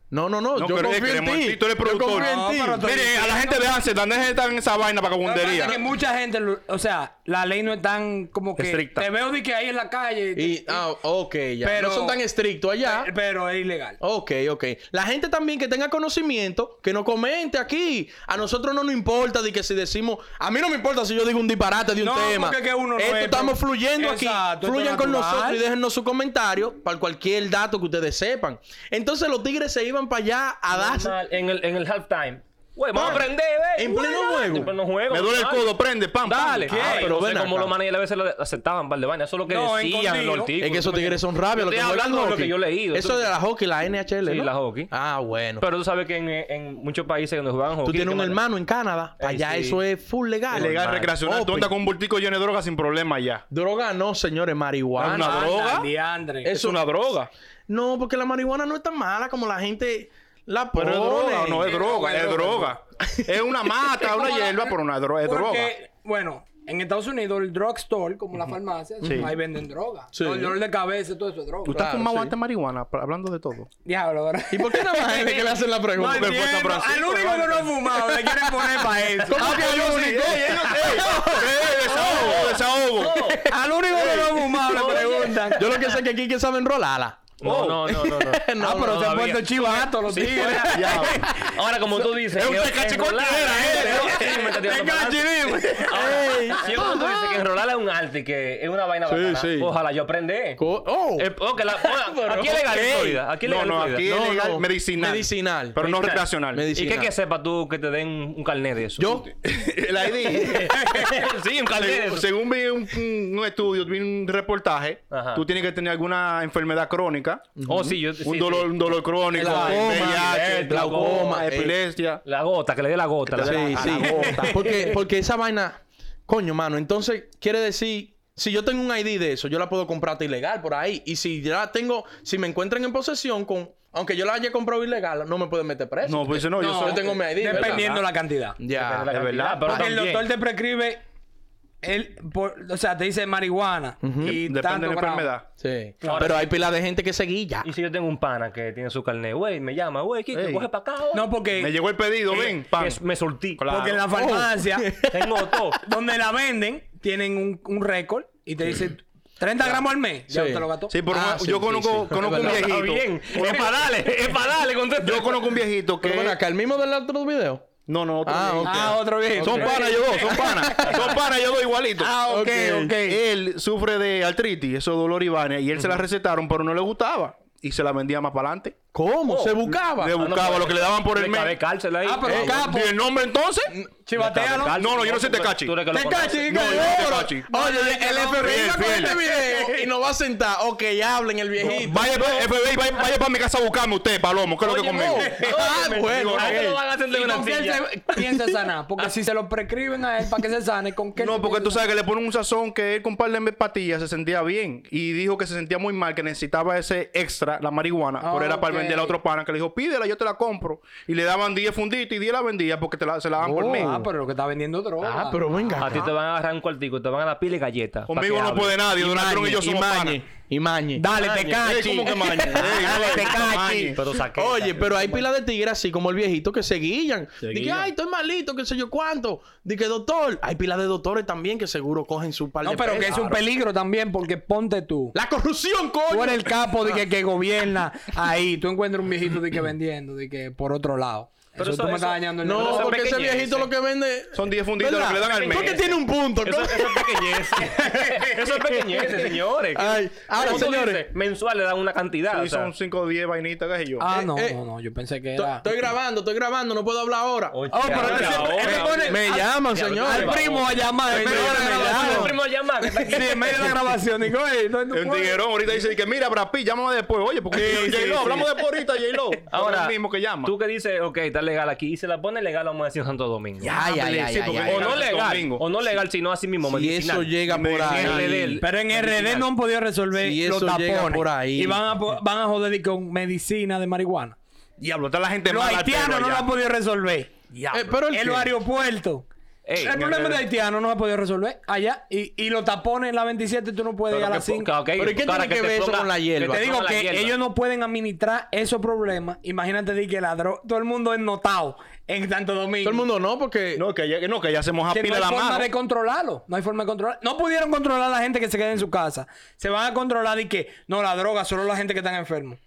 Speaker 3: No, no, no.
Speaker 2: No,
Speaker 3: yo
Speaker 2: pero es
Speaker 3: confío
Speaker 2: que
Speaker 3: en
Speaker 2: Monchi,
Speaker 3: ti.
Speaker 2: tú eres
Speaker 3: Yo confío
Speaker 2: productor.
Speaker 3: en
Speaker 1: No,
Speaker 3: ti.
Speaker 1: pero tú-
Speaker 2: Miren, a la gente de Ámsterdam, dejen de estar en esa vaina para
Speaker 1: Lo que pasa es
Speaker 2: vagabundería.
Speaker 1: que mucha gente, lo- o sea, la ley no es tan como que...
Speaker 2: Estricta.
Speaker 1: Te veo de que ahí en la calle. y-
Speaker 3: Y, ah, ok, ya.
Speaker 1: Pero-
Speaker 3: no son tan estrictos allá.
Speaker 1: pe- Pero es ilegal.
Speaker 3: Ok, ok. La gente también que tenga conocimiento, que nos comente aquí. A nosotros no nos importa de que si decimos, a mí no me importa si yo digo un disparate de un
Speaker 1: No,
Speaker 3: tema.
Speaker 1: porque que uno no
Speaker 3: Esto
Speaker 1: es,
Speaker 3: estamos
Speaker 1: pero-
Speaker 3: fluyendo
Speaker 1: Exacto,
Speaker 3: aquí.
Speaker 1: esto
Speaker 3: Fluyan
Speaker 1: es
Speaker 3: con
Speaker 1: natural.
Speaker 3: nosotros y déjennos su comentario para cualquier dato que ustedes sepan. Entonces los tigres se iban para allá a darse.
Speaker 4: Normal, en el, en el halftime. Güey, vamos a
Speaker 3: Bueno,
Speaker 4: aprender, güey.
Speaker 3: Ah, en pleno
Speaker 4: Bueno,
Speaker 3: juego.
Speaker 4: En pleno juego.
Speaker 2: Me duele el
Speaker 4: normal.
Speaker 2: codo, prende, pam. pam.
Speaker 4: Dale.
Speaker 3: ¿Qué?
Speaker 4: Ah, pero
Speaker 3: Pero
Speaker 4: no
Speaker 3: ven
Speaker 4: sé cómo
Speaker 3: acá.
Speaker 4: los managers a veces lo aceptaban, par de vainas. Eso es lo que
Speaker 1: No, en
Speaker 4: decían
Speaker 1: contigo.
Speaker 4: los artículos.
Speaker 3: Es que esos tigres son rápidos.
Speaker 4: Yo estoy hablando de lo que yo leí.
Speaker 3: Eso
Speaker 4: Tú-
Speaker 3: de la hockey, la NHL.
Speaker 4: Sí,
Speaker 3: ¿no?
Speaker 4: la hockey.
Speaker 3: Ah, bueno.
Speaker 4: Pero tú sabes que en, en muchos países donde juegan hockey...
Speaker 3: Tú tienes
Speaker 4: que
Speaker 3: un
Speaker 4: man-
Speaker 3: hermano en Canadá.
Speaker 4: Ey,
Speaker 3: Allá
Speaker 4: sí.
Speaker 3: eso es full legal.
Speaker 2: Legal
Speaker 3: Normal.
Speaker 2: recreacional. Tú
Speaker 3: Open.
Speaker 2: andas con un bultico lleno de droga sin problema ya.
Speaker 3: Droga no, señores,
Speaker 1: Ah,
Speaker 3: marihuana.
Speaker 2: Una droga.
Speaker 1: Diandre.
Speaker 3: Es-
Speaker 2: Es una droga.
Speaker 3: No, porque la marihuana no es tan mala como la gente la pone.
Speaker 2: Pero es droga o no es
Speaker 1: Sí,
Speaker 2: droga,
Speaker 1: es
Speaker 2: es droga. Es
Speaker 3: [laughs]
Speaker 2: una mata, una
Speaker 1: Como la-
Speaker 2: hierba, pero una droga, es droga.
Speaker 1: Porque, bueno, en Estados Unidos el drugstore, como la farmacia, ahí venden droga.
Speaker 3: Sí.
Speaker 1: El dolor de cabeza, todo eso es droga.
Speaker 2: Tú estás
Speaker 3: Claro,
Speaker 2: fumando
Speaker 3: sí.
Speaker 2: antes marihuana, pa- hablando de
Speaker 3: [laughs]
Speaker 2: todo.
Speaker 1: Diablo, ahora.
Speaker 3: ¿Y por qué nada más gente que le hacen la
Speaker 1: No
Speaker 3: pregunta?
Speaker 2: entiendo.
Speaker 1: entiendo. Al único que no ha fumado le quieren poner para eso.
Speaker 3: Ah,
Speaker 1: Ah, pues,
Speaker 2: que yo sí? Ey, ey, ey, [laughs] ey,
Speaker 3: Eh,
Speaker 2: desahogo,
Speaker 3: [laughs]
Speaker 2: desahogo.
Speaker 1: Al único que no ha fumado le preguntan.
Speaker 3: Yo lo que sé es que aquí que saben rolarla.
Speaker 4: No, no,
Speaker 3: Oh. [laughs]
Speaker 4: no, no. no.
Speaker 1: ah, pero se han
Speaker 4: todavía.
Speaker 1: puesto chivato los tigres.
Speaker 4: Ahora, como tú dices...
Speaker 2: Es un
Speaker 4: que
Speaker 2: tecachi
Speaker 4: enrolar- Sí, me está tirando para adelante. Ahora, si es como tú dices que enrolar es un arte y que es una vaina bacana,
Speaker 3: sí.
Speaker 4: ojalá yo aprendí.
Speaker 3: Oh.
Speaker 4: Eh, ok, la- bueno, aquí es legal en Florida. Aquí es
Speaker 2: No,
Speaker 4: legal
Speaker 2: no,
Speaker 4: en Florida.
Speaker 2: aquí es
Speaker 3: No,
Speaker 2: legal
Speaker 3: no.
Speaker 2: medicinal.
Speaker 3: Medicinal.
Speaker 2: Pero no
Speaker 4: Medicinal.
Speaker 2: recreacional.
Speaker 4: ¿Y qué que sepa tú que te den un carnet de eso?
Speaker 3: Yo,
Speaker 2: [laughs] El
Speaker 3: [laughs]
Speaker 2: ID.
Speaker 4: [laughs] sí, [laughs] un carnet
Speaker 2: Según,
Speaker 4: de eso.
Speaker 2: según vi un, un- un estudio, vi un reportaje,
Speaker 4: Ajá.
Speaker 2: tú tienes que tener alguna enfermedad crónica,
Speaker 4: Oh, sí, yo... sí,
Speaker 2: un
Speaker 4: sí.
Speaker 2: dolor, un dolor crónico,
Speaker 3: Glaucoma,
Speaker 2: VIH,
Speaker 4: eh, glaucoma,
Speaker 2: epilepsia.
Speaker 4: La gota, que le dé la gota. le dé la-
Speaker 3: sí, sí. Porque, porque esa vaina, coño, mano, entonces quiere decir, si yo tengo un ID de eso, yo la puedo comprar hasta ilegal por ahí. Y si ya la tengo, si me encuentran en posesión con, aunque yo la haya comprado ilegal, no me pueden meter preso.
Speaker 2: No, pues no, yo
Speaker 3: No,
Speaker 2: soy...
Speaker 3: yo tengo mi ID. ¿verdad?
Speaker 1: Dependiendo la cantidad.
Speaker 3: Ya.
Speaker 2: de
Speaker 4: Depende de la cantidad,
Speaker 2: verdad.
Speaker 4: Pero
Speaker 1: Porque Ah, el
Speaker 4: también-
Speaker 1: doctor te prescribe, él, por- o sea, te dice marihuana. y
Speaker 2: Depende
Speaker 1: tanto
Speaker 2: de la
Speaker 1: grado.
Speaker 2: enfermedad.
Speaker 3: Sí.
Speaker 4: Ahora
Speaker 3: Pero
Speaker 4: sí.
Speaker 3: hay pila de gente que se guilla.
Speaker 4: Y si yo tengo un pana que tiene su carnet, güey, me llama, güey, Kike,
Speaker 2: Ey.
Speaker 4: coge para acá.
Speaker 1: No, porque,
Speaker 2: Me llegó el pedido, ven,
Speaker 4: ven,
Speaker 2: pan.
Speaker 4: me soltí.
Speaker 2: Claro. Oh.
Speaker 1: porque en la farmacia, [laughs]
Speaker 4: Tengo todo.
Speaker 1: donde la venden, tienen un, un récord y te dicen 30 gramos al mes. Ya
Speaker 3: Sí.
Speaker 1: usted lo gastó.
Speaker 2: Sí, pero
Speaker 3: Ah,
Speaker 2: no-
Speaker 3: sí,
Speaker 2: yo
Speaker 3: sí,
Speaker 2: conozco,
Speaker 3: sí.
Speaker 2: conozco un
Speaker 3: Es
Speaker 4: Está
Speaker 2: viejito.
Speaker 4: bien. Es para darle, es para darle. contesto.
Speaker 2: Yo conozco un viejito que...
Speaker 3: Pero bueno, acá el mismo del otro video.
Speaker 2: No, no, otro
Speaker 3: Ah,
Speaker 2: viejito.
Speaker 3: ok.
Speaker 1: Ah, otro bien.
Speaker 2: Son panas yo dos, son panas. Son panas yo dos igualitos.
Speaker 1: Ah, ok,
Speaker 2: Ok.
Speaker 1: ok.
Speaker 2: Él sufre de artritis, eso dolor y vaina, y él se la recetaron, pero no le gustaba. Y se la vendía más para adelante.
Speaker 3: ¿Cómo? ¿Se buscaba?
Speaker 2: Le
Speaker 4: Ah, no,
Speaker 2: buscaba
Speaker 4: pues,
Speaker 2: lo que le daban [laughs] por el
Speaker 4: le
Speaker 2: mes.
Speaker 4: cabe cárcel ahí.
Speaker 1: Ah, pero
Speaker 4: Ey,
Speaker 1: capo.
Speaker 2: ¿Y el nombre entonces?
Speaker 1: Chivatealo.
Speaker 2: No, no, yo no sé Tecachi.
Speaker 4: tú eres que lo
Speaker 1: Te
Speaker 4: conoces.
Speaker 1: cachi,
Speaker 2: No,
Speaker 1: cachi.
Speaker 2: yo no Tecachi.
Speaker 3: Oye, el FBI
Speaker 2: Fiel,
Speaker 3: va a
Speaker 2: fiel.
Speaker 3: coger este video y nos va a sentar. Ok, hablen el viejito.
Speaker 2: Vaya, FBI, vaya, vaya para mi casa a buscarme usted, Palomo. ¿Qué es lo que
Speaker 4: Oye,
Speaker 2: conmigo? [laughs]
Speaker 4: no.
Speaker 3: [laughs] Ah, bueno.
Speaker 4: A él
Speaker 3: ok.
Speaker 4: lo van a hacer de
Speaker 1: ¿Y
Speaker 4: una
Speaker 1: con qué él
Speaker 4: silla.
Speaker 1: se piensa sanar? Porque si se lo prescriben a él para que se sane, ¿con qué él se
Speaker 2: No, porque tú
Speaker 1: piensa
Speaker 2: sabes que le ponen un sazón que él con par de patillas se sentía bien. Y dijo que se sentía muy mal, que necesitaba ese extra, la marihuana.
Speaker 1: Ah,
Speaker 2: Por era para
Speaker 1: ok.
Speaker 2: vender a otro pana que le dijo, pídela, yo te la compro. Y le daban 10 funditos y 10 la vendía porque te la, se la dan por
Speaker 1: sanar?
Speaker 2: mí.
Speaker 1: Ah, pero lo que está vendiendo es droga.
Speaker 3: Ah, pero venga.
Speaker 4: A ti te van a agarrar un cuartico, te van a dar pila y galletas.
Speaker 2: Conmigo no puede nadie, Donatron y yo somos panas.
Speaker 3: Y mañe.
Speaker 1: Dale, te
Speaker 2: Ey,
Speaker 1: [laughs]
Speaker 2: ¿Cómo que maña? [laughs] Ey,
Speaker 1: Dale,
Speaker 2: no,
Speaker 1: te
Speaker 2: no,
Speaker 1: cachi.
Speaker 2: maña.
Speaker 4: Pero saqué.
Speaker 3: Oye, pero hay pila de tigres así como el viejito que se guillan. Dije,
Speaker 4: guillan.
Speaker 3: ay, estoy malito, qué sé yo cuánto. Dije, doctor. Hay pila de doctores también que seguro cogen su par
Speaker 1: No,
Speaker 3: de
Speaker 1: pero que es
Speaker 3: pesos.
Speaker 1: un peligro también, porque ponte tú.
Speaker 3: La corrupción,
Speaker 1: Tú
Speaker 3: coño.
Speaker 1: eres el capo de que, que gobierna ahí. Tú encuentras un viejito de que vendiendo, de que por otro lado.
Speaker 4: Pero
Speaker 1: eso,
Speaker 4: eso-
Speaker 1: tú me
Speaker 4: eso-
Speaker 1: estás dañando el
Speaker 3: No,
Speaker 1: negocio.
Speaker 3: porque ese
Speaker 4: pequeñeces.
Speaker 3: viejito lo que vende.
Speaker 2: Son 10 funditos lo que le dan al mes.
Speaker 3: Porque tiene un punto.
Speaker 4: Eso, eso es
Speaker 2: [laughs]
Speaker 4: pequeñez. eso es pequeñez, señores.
Speaker 3: Ay, ahora,
Speaker 4: Como tú
Speaker 3: señores.
Speaker 4: dices, Mensual le dan una cantidad.
Speaker 2: Sí,
Speaker 4: o sea.
Speaker 2: son 5 o 10 vainitas, qué sé yo.
Speaker 1: Ah,
Speaker 3: Eh,
Speaker 1: no,
Speaker 3: eh,
Speaker 1: no, no. Yo pensé que
Speaker 3: Estoy
Speaker 1: era.
Speaker 3: estoy grabando, estoy grabando, no puedo hablar ahora.
Speaker 4: Oye,
Speaker 1: Oh, pero
Speaker 4: ahora,
Speaker 1: que siempre-
Speaker 4: ahora.
Speaker 1: él pone-
Speaker 3: Me
Speaker 1: al-
Speaker 3: llaman,
Speaker 4: Ya,
Speaker 3: señor.
Speaker 4: ya,
Speaker 1: Al
Speaker 4: vamos.
Speaker 1: primo a llamar. en medio de la
Speaker 3: me llaman.
Speaker 1: grabación.
Speaker 4: El primo llama, que está aquí.
Speaker 1: Sí, en medio de la grabación. Digo, "Ey, ¿dónde tú
Speaker 2: El
Speaker 1: puedes?"
Speaker 2: tiguerón ahorita dice que mira, Brad Pitt, llámame después. Oye, porque
Speaker 4: Sí,
Speaker 2: J-Lo,
Speaker 4: sí, sí.
Speaker 2: hablamos después ahorita, J-Lo. Ahora
Speaker 4: Ahora,
Speaker 2: el mismo que llama.
Speaker 4: tú que dices, ok, está legal aquí y se la pone legal, vamos a decir, en Santo Domingo.
Speaker 5: Ya, ya, ya,
Speaker 2: Sí,
Speaker 5: ya,
Speaker 2: porque-
Speaker 5: ya,
Speaker 4: O
Speaker 5: ya.
Speaker 4: no
Speaker 2: Santo
Speaker 4: legal,
Speaker 2: Domingo.
Speaker 4: o no legal, sino así mismo.
Speaker 3: Si
Speaker 4: medicinal.
Speaker 3: eso llega por
Speaker 2: Medicinal.
Speaker 1: RD.
Speaker 3: ahí.
Speaker 1: Pero en RD no han podido resolver
Speaker 3: Si
Speaker 1: los
Speaker 3: eso llega
Speaker 1: tapones.
Speaker 3: por ahí.
Speaker 1: Y van a, po- van a joder con medicina de marihuana.
Speaker 2: Diablo, está la gente
Speaker 1: Los
Speaker 2: mala al pelo
Speaker 1: haitianos no lo
Speaker 2: allá.
Speaker 1: han podido resolver.
Speaker 2: Diablo.
Speaker 3: Eh, pero- ¿Por
Speaker 1: El
Speaker 3: qué?
Speaker 1: aeropuerto.
Speaker 4: Ey,
Speaker 1: el
Speaker 4: mi
Speaker 1: problema de
Speaker 4: hermano.
Speaker 1: haitiano no se ha podido resolver allá. Y, y los tapones en la 27 tú no puedes
Speaker 4: Pero
Speaker 1: ir a las
Speaker 4: que po-
Speaker 1: 5.
Speaker 4: ok,
Speaker 3: Pero ¿y qué
Speaker 4: para
Speaker 3: tiene que
Speaker 4: te
Speaker 3: ver eso
Speaker 4: ponga-
Speaker 3: con la hierba?
Speaker 1: Te
Speaker 4: te
Speaker 1: digo
Speaker 4: ponga la
Speaker 1: que
Speaker 4: hierba.
Speaker 1: ellos no pueden administrar esos problemas. Imagínate di que la dro- todo el mundo es notado en Santo Domingo.
Speaker 3: Todo el mundo no, porque.
Speaker 2: Eh, No, que ya, no, que ya se moja
Speaker 1: Que no
Speaker 2: pila
Speaker 1: hay
Speaker 2: la
Speaker 1: forma
Speaker 2: mano.
Speaker 1: de controlarlo. No hay forma de controlar. No pudieron controlar a la gente que se queda en su casa. Se van a controlar y que no la droga, solo la gente que están enfermos.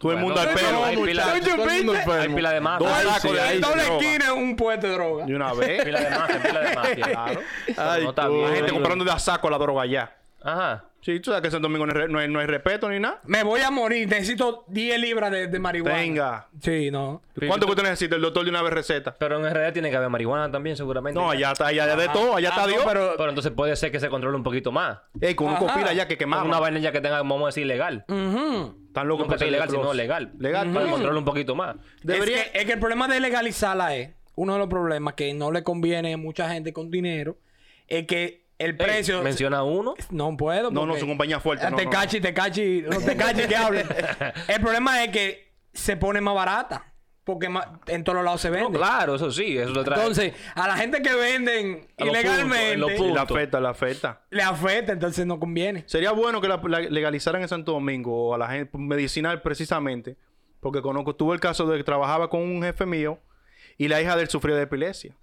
Speaker 2: Todo el
Speaker 4: Bueno,
Speaker 2: mundo al
Speaker 4: no,
Speaker 2: pelo.
Speaker 4: no, hay
Speaker 3: Muchachos,
Speaker 4: pila-
Speaker 3: todo el mundo
Speaker 1: Hay
Speaker 4: Hay
Speaker 3: enfermo.
Speaker 4: pila de
Speaker 2: Dos
Speaker 4: mafia.
Speaker 3: Ay,
Speaker 2: sacos
Speaker 3: sí,
Speaker 2: de ahí.
Speaker 3: ahí
Speaker 1: En
Speaker 3: se
Speaker 1: toda la
Speaker 2: se roba.
Speaker 1: esquina es un puente de droga.
Speaker 2: De una [laughs] vez.
Speaker 4: Pila de mafia, pila de mafia.
Speaker 2: Claro.
Speaker 4: Pero no está
Speaker 3: Ay,
Speaker 4: bien.
Speaker 2: La gente comprando de a saco la droga allá.
Speaker 4: Ajá.
Speaker 2: Sí, tú sabes que en Santo Domingo no hay, re- no hay- no hay respeto ni nada.
Speaker 1: Me voy a morir. Necesito 10 libras de, de marihuana.
Speaker 2: Venga.
Speaker 1: Sí, no.
Speaker 2: ¿Cuánto que usted necesita? El doctor de una vez receta.
Speaker 4: Pero en realidad tiene que haber marihuana también, seguramente.
Speaker 2: No, allá está, allá de todo, allá está
Speaker 1: Ah, no,
Speaker 2: Dios.
Speaker 1: pero-
Speaker 4: Pero entonces puede ser que se controle un poquito más.
Speaker 2: Ey, con un
Speaker 1: Ajá.
Speaker 2: copila allá que
Speaker 4: Con una
Speaker 2: quemaron.
Speaker 4: vaina ya que tenga, vamos a decir, legal.
Speaker 1: Ujú.
Speaker 2: Tan loco
Speaker 4: No que sea ilegal, sino legal.
Speaker 2: Legal. pues.
Speaker 4: Para controlarlo un poquito más.
Speaker 2: Debería-
Speaker 1: Es, que, es que el problema de legalizarla es uno de los problemas que no le conviene a mucha gente con dinero. Es que el
Speaker 4: Ey,
Speaker 1: precio.
Speaker 4: menciona uno.
Speaker 1: No puedo.
Speaker 2: No, no,
Speaker 1: porque-
Speaker 2: su compañía fuerte,
Speaker 1: Ah,
Speaker 2: no,
Speaker 1: Te
Speaker 2: no.
Speaker 1: cachi, te cachi. No te cachi que hable. El problema es que se pone más barata. Porque ma- en todos los lados se vende.
Speaker 4: No, claro, eso sí, eso lo trae.
Speaker 1: Entonces, a la gente que venden
Speaker 4: A los
Speaker 1: ilegalmente
Speaker 4: puntos, en los
Speaker 2: Y la
Speaker 4: punto.
Speaker 2: afecta, la afecta.
Speaker 1: le afecta, entonces no conviene.
Speaker 2: Sería bueno que la, la legalizaran en Santo Domingo o a la gente medicinal precisamente, porque conozco, tuve el caso de que trabajaba con un jefe mío y la hija de él sufría de epilepsia.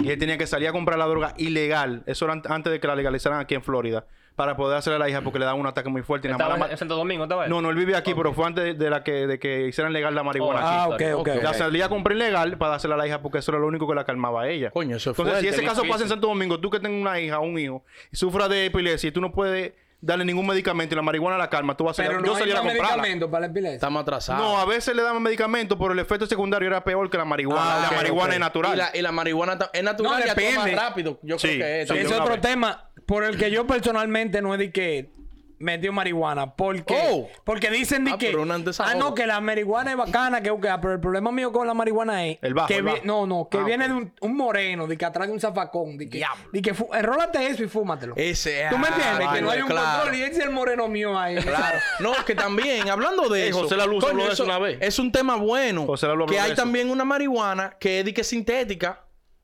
Speaker 2: Y él tenía que salir a comprar la droga ilegal, eso era an- antes de que la legalizaran aquí en Florida, para poder hacerle a la hija porque le daban un ataque muy fuerte. Y nada
Speaker 4: Estaba
Speaker 2: más la
Speaker 4: en
Speaker 2: ma-
Speaker 4: Santo Domingo, estaba él?
Speaker 2: no, no, él vive aquí, pero fue antes de, de la que, de que hicieran legal la marihuana
Speaker 4: Oh,
Speaker 2: aquí.
Speaker 1: Ah, ok,
Speaker 4: sorry.
Speaker 1: ok.
Speaker 2: La salía a comprar ilegal para dársela a la hija porque eso era lo único que la calmaba a ella.
Speaker 3: Coño, eso es
Speaker 2: Entonces, si
Speaker 3: fuerte,
Speaker 2: ese caso
Speaker 4: difícil.
Speaker 2: pasa en Santo Domingo, tú que tengas una hija o un hijo y sufra de epilepsia y tú no puedes darle ningún medicamento y la marihuana la calma, tú vas a salir.
Speaker 1: Pero
Speaker 2: yo
Speaker 1: no hay
Speaker 2: salí a
Speaker 1: más
Speaker 2: comprarla.
Speaker 1: medicamento para la epilepsia.
Speaker 3: Estamos atrasados.
Speaker 2: No, a veces le daban medicamento, pero el efecto secundario era peor que la marihuana.
Speaker 3: Ah,
Speaker 2: la
Speaker 3: ok,
Speaker 2: marihuana
Speaker 3: ok.
Speaker 2: es natural.
Speaker 3: Y la, y la marihuana ta- es natural
Speaker 1: No,
Speaker 3: y actúa más
Speaker 1: depende.
Speaker 3: rápido. Yo
Speaker 2: Sí,
Speaker 3: creo que es.
Speaker 2: sí,
Speaker 1: es
Speaker 2: de una
Speaker 1: otro
Speaker 2: vez.
Speaker 1: tema por el que yo personalmente no he de que metió marihuana. porque
Speaker 3: Oh.
Speaker 1: Porque dicen de
Speaker 3: Ah,
Speaker 1: que.
Speaker 3: pero un antesahogo.
Speaker 1: Ah, no, que la marihuana es bacana, que que- ah, pero el problema mío con la marihuana es.
Speaker 2: El bajo,
Speaker 1: que
Speaker 2: el
Speaker 1: vi-
Speaker 2: bajo.
Speaker 1: No, no, que
Speaker 2: Ah,
Speaker 1: viene
Speaker 2: ok.
Speaker 1: de un, un moreno, de que atrás de un zafacón. De que,
Speaker 5: Diablo.
Speaker 1: de que fu- enrólate eso y fúmatelo.
Speaker 3: Ese
Speaker 1: ¿Tú me entiendes?
Speaker 3: ah,
Speaker 1: que no hay un
Speaker 3: claro.
Speaker 1: control y ese es el moreno mío ahí. [laughs]
Speaker 3: Claro. No, que también, hablando de
Speaker 2: Ey,
Speaker 3: eso.
Speaker 2: Eh, José La Luz habló de eso una vez.
Speaker 3: Es un tema bueno.
Speaker 2: José La Luz habló
Speaker 3: que
Speaker 2: de
Speaker 3: hay
Speaker 2: eso.
Speaker 3: también una marihuana que es de que sintética.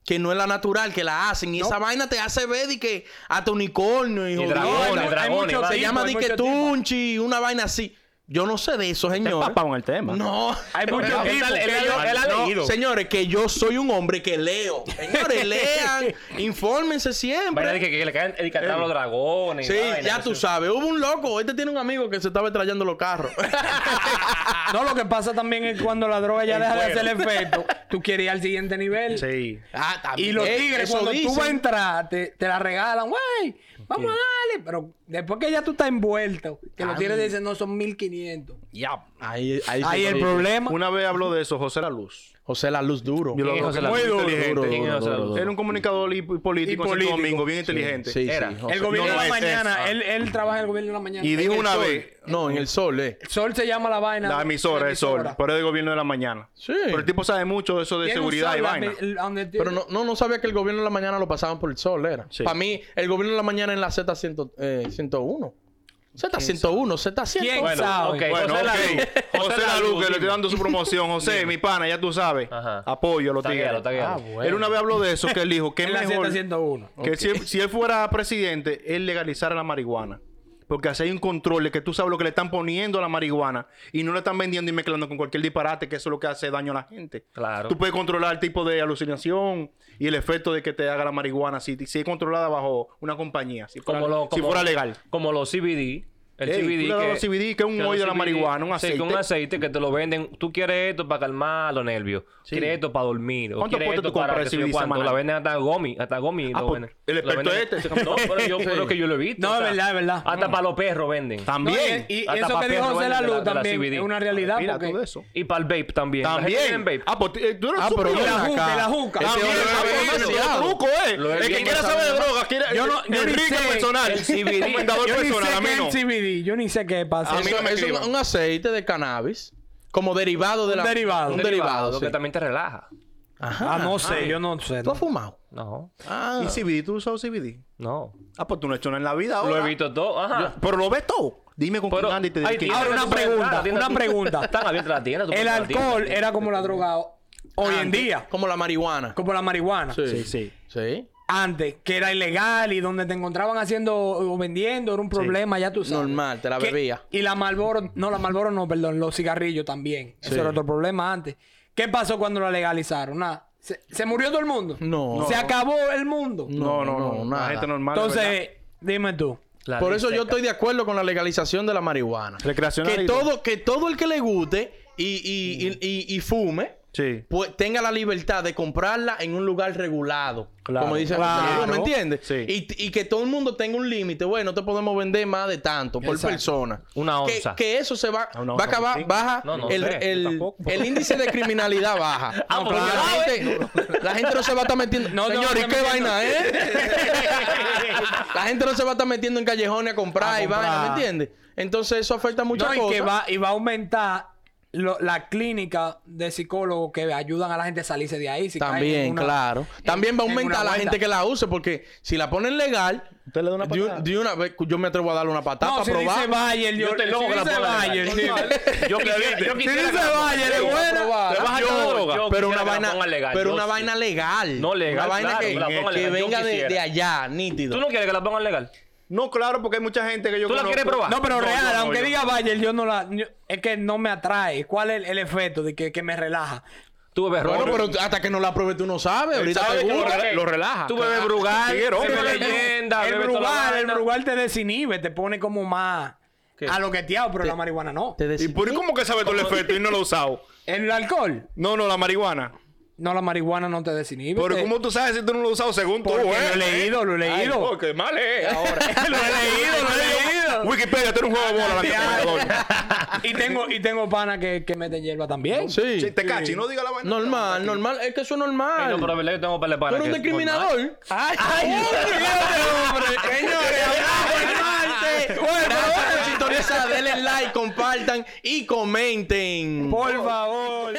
Speaker 3: Que no es la natural, que la hacen. Y esa vaina te hace ver de que hasta unicornio y,
Speaker 4: Y
Speaker 3: jodienda.
Speaker 4: dragones,
Speaker 1: hay
Speaker 4: dragones.
Speaker 1: mucho-
Speaker 4: va.
Speaker 3: Se
Speaker 1: Sí,
Speaker 3: llama
Speaker 1: hay
Speaker 3: de que
Speaker 1: mucho tipo.
Speaker 3: tunchi, una vaina así. Yo no sé de eso, señor.
Speaker 2: empapado en el tema.
Speaker 3: No.
Speaker 1: Hay mucho
Speaker 4: Él-
Speaker 1: tipo
Speaker 4: él-
Speaker 1: que-
Speaker 4: él- él ha
Speaker 3: No,
Speaker 4: leído.
Speaker 3: Señores, que yo soy un hombre que leo.
Speaker 2: [laughs]
Speaker 3: Señores, lean, infórmense
Speaker 4: Vaina de que,
Speaker 3: siempre.
Speaker 4: que le caen el catálogo los dragones.
Speaker 3: Sí,
Speaker 4: vaina,
Speaker 3: ya
Speaker 4: no
Speaker 3: tú
Speaker 4: sé.
Speaker 3: sabes, hubo un loco, este tiene un amigo que se estaba trayendo los carros. [laughs]
Speaker 1: No, lo que pasa también es cuando la droga ya deja de
Speaker 2: cuero.
Speaker 1: hacer efecto, tú quieres ir al siguiente nivel.
Speaker 2: Sí.
Speaker 3: ah, también.
Speaker 1: Y los
Speaker 3: Eh,
Speaker 1: tigres,
Speaker 3: eso
Speaker 1: cuando tú
Speaker 3: dicen.
Speaker 1: vas a entrar, te, te la regalan, güey, vamos a darle. Pero después que ya tú estás envuelto, que
Speaker 2: Ah,
Speaker 1: los tigres dicen, no, son 1500.
Speaker 2: Ya.
Speaker 3: Ahí, ahí,
Speaker 1: Ahí
Speaker 3: se
Speaker 1: el
Speaker 3: dice.
Speaker 1: problema.
Speaker 2: Una vez habló de eso José La Luz.
Speaker 3: José La Luz duro.
Speaker 2: Yo lo
Speaker 4: ¿Quién es
Speaker 2: veo
Speaker 4: José
Speaker 2: que
Speaker 4: La
Speaker 2: muy
Speaker 4: Luz?
Speaker 2: inteligente.
Speaker 3: duro,
Speaker 4: ¿Quién es José La
Speaker 3: duro,
Speaker 4: Luz?
Speaker 2: Era un comunicador y, y político en Santo
Speaker 1: político.
Speaker 2: Domingo, bien inteligente.
Speaker 3: Sí, sí,
Speaker 4: Era.
Speaker 3: José.
Speaker 1: el gobierno
Speaker 2: no,
Speaker 1: de la
Speaker 2: no, es- es-
Speaker 1: mañana,
Speaker 2: ah.
Speaker 1: él, él trabaja en el gobierno de la mañana.
Speaker 2: Y dijo
Speaker 3: El
Speaker 2: una
Speaker 3: sol.
Speaker 2: vez,
Speaker 3: No, en el sol, eh.
Speaker 1: El sol se llama la vaina.
Speaker 2: la emisora, el sol,
Speaker 1: emisora.
Speaker 2: pero es del gobierno de la mañana.
Speaker 3: Sí.
Speaker 2: Pero el tipo sabe mucho de eso de
Speaker 1: Tiene un
Speaker 2: seguridad
Speaker 1: sol,
Speaker 2: y
Speaker 1: la-
Speaker 2: vaina.
Speaker 1: el- donde tiene-
Speaker 3: Pero no, no, no sabía que el gobierno de la mañana lo pasaban por el sol, era.
Speaker 2: Sí.
Speaker 3: Para mí, el gobierno de la mañana en la eh, Z101. Z101,
Speaker 1: ¿Quién
Speaker 3: Z101.
Speaker 4: Bueno,
Speaker 1: sabe?
Speaker 4: ok.
Speaker 2: Bueno, José
Speaker 4: José La Luz.
Speaker 2: José
Speaker 4: José
Speaker 2: La
Speaker 4: La
Speaker 2: Luz,
Speaker 4: Luz,
Speaker 2: que le estoy
Speaker 4: dime.
Speaker 2: dando su promoción. José, mi pana, ya tú sabes.
Speaker 4: Ajá.
Speaker 2: Apoyo a los
Speaker 4: Taguealo,
Speaker 2: tigres.
Speaker 4: taguealo.
Speaker 2: Él una vez habló de eso, que él
Speaker 1: [laughs]
Speaker 2: dijo que es
Speaker 1: en la
Speaker 2: mejor
Speaker 1: 701.
Speaker 2: que si, él- si él fuera presidente, él legalizara la marihuana. Porque así hay un control de que tú sabes lo que le están poniendo a la marihuana y no la están vendiendo y mezclando con cualquier disparate, que eso es lo que hace daño a la gente.
Speaker 4: Claro.
Speaker 2: Tú puedes controlar el tipo de alucinación y el efecto de que te haga la marihuana si, si es controlada bajo una compañía, si fuera,
Speaker 4: Como lo-
Speaker 2: si
Speaker 4: como-
Speaker 2: fuera legal.
Speaker 4: Como los CBD. El
Speaker 2: Ey,
Speaker 4: CBD,
Speaker 2: tú le das CBD, que es un
Speaker 4: los
Speaker 2: hoy de la
Speaker 4: CBD,
Speaker 2: marihuana, un
Speaker 4: sí, que
Speaker 2: aceite.
Speaker 4: un aceite que te lo venden. Tú quieres esto para calmar los nervios. Quieres esto para dormir. O
Speaker 2: ¿Cuánto
Speaker 4: quieres
Speaker 2: cuesta
Speaker 4: esto
Speaker 2: tú
Speaker 4: para
Speaker 2: comprar
Speaker 4: que sé yo
Speaker 2: CBD
Speaker 4: cuánto.
Speaker 2: semanal?
Speaker 4: La venden hasta gomi. Hasta gomi
Speaker 2: Ah,
Speaker 4: lo
Speaker 2: pues,
Speaker 4: venden.
Speaker 2: el
Speaker 4: Lo
Speaker 2: experto
Speaker 4: venden- [laughs]
Speaker 2: este, ese
Speaker 4: No, pero
Speaker 2: [laughs]
Speaker 4: yo creo que yo lo he visto.
Speaker 1: No,
Speaker 4: o
Speaker 1: es
Speaker 4: sea,
Speaker 1: verdad, es verdad.
Speaker 4: Hasta para los perros venden.
Speaker 2: También.
Speaker 1: Y, y
Speaker 4: Hasta
Speaker 1: eso que
Speaker 4: papel
Speaker 1: dijo
Speaker 4: roban
Speaker 1: José
Speaker 4: de
Speaker 1: La
Speaker 4: la- de
Speaker 1: Luz
Speaker 4: la
Speaker 1: también
Speaker 4: CBD.
Speaker 1: es una realidad.
Speaker 2: Mira
Speaker 1: porque...
Speaker 2: tú de eso.
Speaker 4: Y para el vape también. La gente
Speaker 2: También.
Speaker 4: tiene vape.
Speaker 2: Ah, pues eh, tú eres
Speaker 3: Ah, pero
Speaker 2: estúpido.
Speaker 1: la
Speaker 3: Ven
Speaker 1: juca,
Speaker 3: acá.
Speaker 1: la juca.
Speaker 3: Ese
Speaker 2: También, también,
Speaker 3: hombre sabe
Speaker 2: eso es
Speaker 3: demasiado.
Speaker 2: truco, eh.
Speaker 4: Lo
Speaker 2: El
Speaker 4: es
Speaker 2: que
Speaker 4: bien
Speaker 2: quiera
Speaker 4: sabe
Speaker 2: saber de droga, quiere,
Speaker 1: Yo no- yo ni
Speaker 2: Enrique
Speaker 1: sé.
Speaker 2: personal,
Speaker 4: El CBD.
Speaker 2: recomendador
Speaker 1: Yo ni sé
Speaker 2: personal, a mí
Speaker 1: qué
Speaker 2: no.
Speaker 1: es CBD. Yo ni sé qué
Speaker 2: A
Speaker 1: pasa.
Speaker 2: mí
Speaker 3: Eso-
Speaker 2: no me
Speaker 3: eso es
Speaker 2: escriban.
Speaker 3: un aceite de cannabis Como derivado de la.
Speaker 1: derivado.
Speaker 3: Un derivado.
Speaker 4: lo
Speaker 3: sí.
Speaker 4: que también te relaja.
Speaker 3: Ajá.
Speaker 1: Ah, no sé, yo no sé.
Speaker 3: ¿Tú has fumado?
Speaker 4: No,
Speaker 3: Ah.
Speaker 2: ¿Y CBD? ¿Tú usas CBD?
Speaker 4: no.
Speaker 2: Ah, pues tú no has hecho nada en la vida ahora.
Speaker 4: Lo evito todo. Ajá.
Speaker 2: Pero lo ves todo. Dime con
Speaker 4: Pero
Speaker 2: quién andas y te diré
Speaker 4: hay
Speaker 2: quién
Speaker 4: tiendas
Speaker 1: Ahora
Speaker 2: eres.
Speaker 4: que
Speaker 1: una
Speaker 4: tú puedes entrar,
Speaker 1: pregunta,
Speaker 4: tiendas-
Speaker 1: una pregunta.
Speaker 4: Están abiertas las tiendas. tú
Speaker 1: El
Speaker 4: puedes entrar a la tienda,
Speaker 1: alcohol
Speaker 4: tiendas.
Speaker 1: era como la droga o- hoy en día,
Speaker 3: Como la marihuana.
Speaker 1: como la marihuana.
Speaker 2: Sí, sí.
Speaker 3: Sí.
Speaker 1: Antes, que era ilegal y donde te encontraban haciendo o vendiendo era un problema, ya tú sabes.
Speaker 3: Normal, te la
Speaker 1: Que-
Speaker 3: bebía.
Speaker 1: Y la Marlboro, no, la Marlboro no, perdón, los cigarrillos también. Eso
Speaker 3: Sí.
Speaker 1: era otro problema antes. ¿Qué pasó cuando la legalizaron? Nada. ¿Se, se murió todo el mundo?
Speaker 3: No.
Speaker 1: ¿Se acabó el mundo?
Speaker 2: No, no,
Speaker 3: No,
Speaker 2: no.
Speaker 3: no,
Speaker 2: la
Speaker 3: nada.
Speaker 2: gente normal. ¿verdad?
Speaker 1: Entonces, dime tú.
Speaker 4: La
Speaker 3: Por eso yo
Speaker 4: liseca.
Speaker 3: estoy de acuerdo con la legalización de la marihuana.
Speaker 2: Recreacional
Speaker 3: Que
Speaker 2: y-
Speaker 3: todo, que todo el que le guste y, y,
Speaker 4: Mm.
Speaker 3: y- y- y fume,
Speaker 2: Sí.
Speaker 3: pues tenga la libertad de comprarla en un lugar regulado.
Speaker 2: Claro.
Speaker 3: Como dice
Speaker 1: Claro.
Speaker 3: ¿me entiendes?
Speaker 2: Sí.
Speaker 3: Y, y que todo el mundo tenga un límite. Bueno, no te podemos vender más de tanto por
Speaker 1: Exacto.
Speaker 3: persona.
Speaker 4: Una
Speaker 3: Que,
Speaker 4: onza.
Speaker 3: que eso se va,
Speaker 2: Ah, una
Speaker 3: va a
Speaker 2: onza
Speaker 3: acabar,
Speaker 2: veinticinco.
Speaker 3: baja
Speaker 4: No, no
Speaker 3: el,
Speaker 4: sé, yo
Speaker 3: el-
Speaker 2: tampoco.
Speaker 3: el índice de criminalidad baja.
Speaker 4: Ah,
Speaker 3: No,
Speaker 4: porque
Speaker 3: claro,
Speaker 4: la-
Speaker 3: la, gente, la gente no se va a estar metiendo.
Speaker 1: No, no,
Speaker 3: Señor, ¿y
Speaker 1: no,
Speaker 3: qué
Speaker 1: no,
Speaker 3: vaina eh?
Speaker 1: no. [laughs]
Speaker 3: es? la gente no se va a estar metiendo en callejones a comprar
Speaker 1: A
Speaker 3: y vaina, ¿me
Speaker 1: comprar.
Speaker 3: entiendes? Entonces eso afecta muchas
Speaker 1: No, y
Speaker 3: cosas.
Speaker 1: que va, y va a aumentar lo- la clínica de psicólogos que ayudan a la gente a salirse de ahí. si caen
Speaker 3: También,
Speaker 1: en una-
Speaker 3: claro.
Speaker 1: en-
Speaker 3: También va a
Speaker 1: en
Speaker 3: aumentar
Speaker 1: una
Speaker 3: la
Speaker 1: vuelta.
Speaker 3: gente que la use, porque si la ponen legal,
Speaker 2: Usted le da una
Speaker 3: de un-
Speaker 2: patada.
Speaker 3: de una vez yo me atrevo a darle una patada
Speaker 1: No,
Speaker 3: para
Speaker 1: si dice
Speaker 3: probar.
Speaker 1: Bayer, yo,
Speaker 4: Yo te loco
Speaker 1: si
Speaker 4: que la
Speaker 1: dice
Speaker 4: ponga
Speaker 1: Bayer,
Speaker 4: legal. Normal.
Speaker 1: sí.
Speaker 4: [laughs]
Speaker 2: [laughs]
Speaker 4: Yo quisiera, yo
Speaker 1: Si
Speaker 4: quisiera
Speaker 1: dice
Speaker 4: que la pongan
Speaker 1: Bayer, es
Speaker 4: legal.
Speaker 1: buena.
Speaker 4: Te vas a echar la droga.
Speaker 3: pero una
Speaker 4: Yo quisiera que la
Speaker 3: vaina,
Speaker 4: pongan legal,
Speaker 3: pero
Speaker 4: yo
Speaker 3: una
Speaker 4: sí.
Speaker 3: vaina legal.
Speaker 4: No legal,
Speaker 3: Una vaina
Speaker 4: claro,
Speaker 3: que,
Speaker 4: que la
Speaker 3: que
Speaker 4: pongan legal, yo
Speaker 3: venga de,
Speaker 4: quisiera.
Speaker 3: de allá, nítido.
Speaker 4: ¿Tú no quieres que la pongan legal?
Speaker 2: No, claro, porque hay mucha gente que yo
Speaker 4: ¿Tú la
Speaker 2: conozco-
Speaker 4: quieres
Speaker 1: [laughs]
Speaker 4: probar?
Speaker 1: No, pero
Speaker 4: yo
Speaker 1: real,
Speaker 4: no,
Speaker 1: aunque
Speaker 4: yo
Speaker 1: diga
Speaker 4: no.
Speaker 1: Bayer, yo no la. yo- es que no me atrae. ¿Cuál es el, el efecto de que, que me relaja?
Speaker 4: Tú bebes
Speaker 3: Bueno,
Speaker 4: ron.
Speaker 3: pero tú- hasta que no la pruebes tú no sabes. Ahorita
Speaker 2: sabe
Speaker 3: te
Speaker 2: que lo
Speaker 3: gusta.
Speaker 2: rela- lo relaja.
Speaker 4: Tú bebes
Speaker 2: Claro.
Speaker 4: Brugal.
Speaker 2: Sí, pero-
Speaker 4: bebes
Speaker 1: Porque
Speaker 4: leyenda.
Speaker 1: el
Speaker 4: bebes toda la
Speaker 1: brugal, el
Speaker 4: vaina.
Speaker 1: brugal te desinhibe, te pone como más
Speaker 3: ¿Qué?
Speaker 1: aloqueteado, pero la marihuana no.
Speaker 3: Te
Speaker 2: ¿Y
Speaker 3: decís,
Speaker 2: por qué cómo que sabe todo el efecto y no lo he usado?
Speaker 1: El alcohol,
Speaker 2: No, no, la marihuana.
Speaker 1: no, la marihuana no te desinhibe.
Speaker 2: Pero
Speaker 1: te-
Speaker 2: ¿cómo tú sabes si tú no lo has usado según tú?
Speaker 1: Porque lo
Speaker 2: eh?
Speaker 1: he leído, lo he
Speaker 2: Ay,
Speaker 1: leído.
Speaker 2: no, qué mal es. eh. [laughs] Ahora.
Speaker 1: Lo he leído, lo he [laughs] leído.
Speaker 2: Wikipedia, tú eres un juego de bola, la mía,
Speaker 1: Ya.
Speaker 2: perdón.
Speaker 1: y tengo, y tengo pana que, que meten hierba también.
Speaker 3: Sí.
Speaker 2: Sí, Te cachi, no diga la vaina.
Speaker 3: Normal, normal. Es que eso es
Speaker 4: Ay,
Speaker 3: normal.
Speaker 4: no, pero
Speaker 3: Tú
Speaker 4: ¿verdad? yo tengo para para
Speaker 3: eres un discriminador.
Speaker 1: Ay,
Speaker 3: Señores, hablamos el martes. Gracias por sintonizar. Denle like, compartan y comenten.
Speaker 1: por favor.